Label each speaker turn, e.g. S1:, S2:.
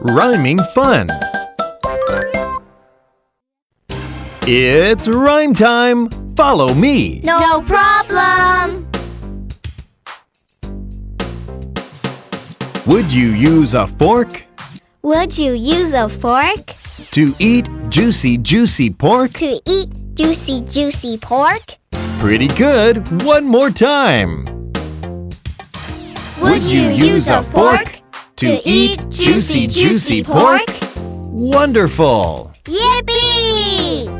S1: Rhyming fun. It's rhyme time. Follow me.
S2: No, problem.
S1: Would you use a fork
S2: Would you use a fork
S1: to eat juicy, juicy pork?
S2: to eat juicy, juicy pork?
S1: Pretty good. One more time. Would you use a fork to eat juicy, juicy pork? Wonderful.
S2: Yippee!